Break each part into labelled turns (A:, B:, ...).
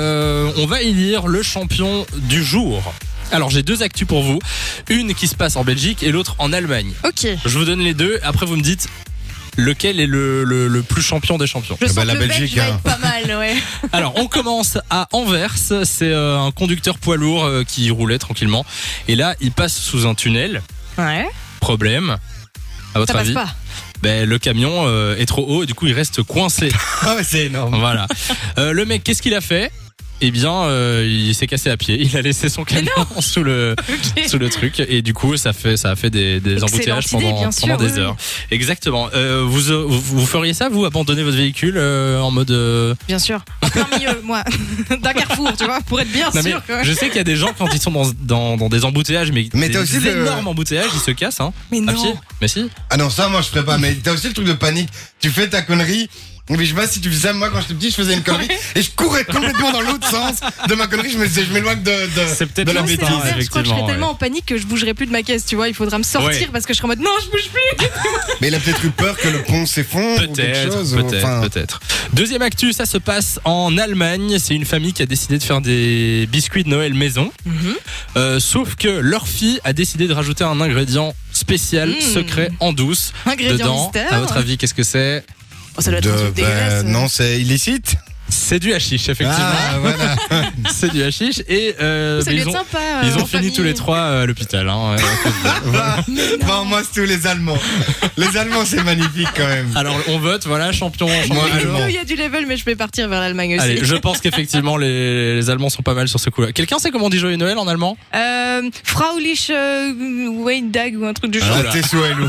A: Euh, on va élire le champion du jour. Alors j'ai deux actus pour vous, une qui se passe en Belgique et l'autre en Allemagne.
B: Ok.
A: Je vous donne les deux, après vous me dites lequel est le, le- le plus champion des champions.
B: Je
C: Ah
B: sens
C: bah,
B: que
C: la
B: le Belge
C: Belgique,
B: va
C: hein.
B: être pas mal, ouais.
A: Alors on commence à Anvers, c'est euh, un conducteur poids lourd euh, qui roulait tranquillement et là il passe sous un tunnel,
B: Ouais.
A: problème. À votre
B: Ça passe
A: avis,
B: pas.
A: ben, le camion euh, est trop haut et du coup il reste coincé.
C: Ah ouais, c'est énorme.
A: voilà. Euh, le mec, qu'est-ce qu'il a fait Eh bien, euh, il s'est cassé à pied. Il a laissé son camion sous le
B: Ok.
A: sous le truc et du coup ça fait ça a fait des, des
B: Excellente
A: embouteillages
B: idée,
A: pendant,
B: bien sûr,
A: pendant des
B: oui, oui.
A: heures exactement Euh, vous, euh, vous vous feriez ça vous abandonner votre véhicule euh, en mode euh,
B: Bien sûr. En plein milieu, moi. D'un carrefour, tu vois, pour être bien
A: non, mais
B: sûr que.
A: je sais qu'il y a des gens quand ils sont dans, dans, dans des embouteillages mais,
C: Mais
A: des
C: t'as aussi le-
A: énormes embouteillages ils se cassent hein,
B: Mais
A: à pied
B: non.
A: mais si
C: Ah non, ça, moi, je ferais pas. Mais t'as aussi le truc de panique. Tu fais ta connerie. Mais je sais pas si tu faisais ça. Moi, quand j'étais petit, je faisais une connerie. Et je courais complètement dans l'autre sens de ma connerie. Je me disais, je m'éloigne de, de-
A: C'est peut-être
C: de la
A: Non,
B: Moi, c'est
C: bêtise.
A: bizarre.
B: l'inverse, je crois que je serais
A: effectivement,
B: tellement
A: ouais.
B: en panique que je bougerai plus de ma caisse, tu vois. Il faudra me sortir
A: Ouais.
B: parce que je serai en mode non, je bouge plus.
C: Mais il a peut-être eu peur que le pont s'effondre ou quelque
A: Peut-être,
C: chose.
A: peut-être,
C: enfin,
A: peut-être. Deuxième actu, ça se passe en Allemagne. C'est une famille qui a décidé de faire des biscuits de Noël maison.
B: Mhm.
A: Euh, sauf que leur fille a décidé de rajouter un ingrédient spécial,
B: Mm.
A: secret, en douce.
B: Ingrédient
A: dedans,
B: mystère.
A: à votre avis, qu'est-ce que c'est
B: Oh, ça doit être
C: de-
B: un truc
C: bah,
B: dégueulasse.
C: non, c'est illicite.
A: C'est du hashish, effectivement.
C: Ah, voilà.
A: C'est du hashish. Et euh, mais
B: Ça doit
A: ils
B: être
A: ont,
B: sympa.
A: ils
B: euh,
A: ont
B: en
A: fini
B: famille.
A: tous les trois euh, à l'hôpital. Hein, ouais.
C: Va- Va en moi, c'est tous les Allemands. Les Allemands, c'est magnifique quand même.
A: Alors on vote, voilà, champion. champion.
C: Moi,
B: Mais
C: allemand.
B: nous, Il y a du level, mais je vais partir vers l'Allemagne aussi.
A: Allez, je pense qu'effectivement les, les Allemands sont pas mal sur ce coup-là. Quelqu'un sait comment on dit Joyeux Noël en allemand
B: Euh, Fraulich euh, Wayne Dag ou un truc du genre.
C: Ah,
A: là.
C: t'es sous Hello.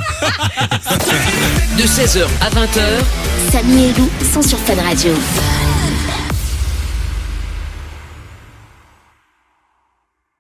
D: de 16h à 20h.
E: Samy et Lou sont sur Fun Radio.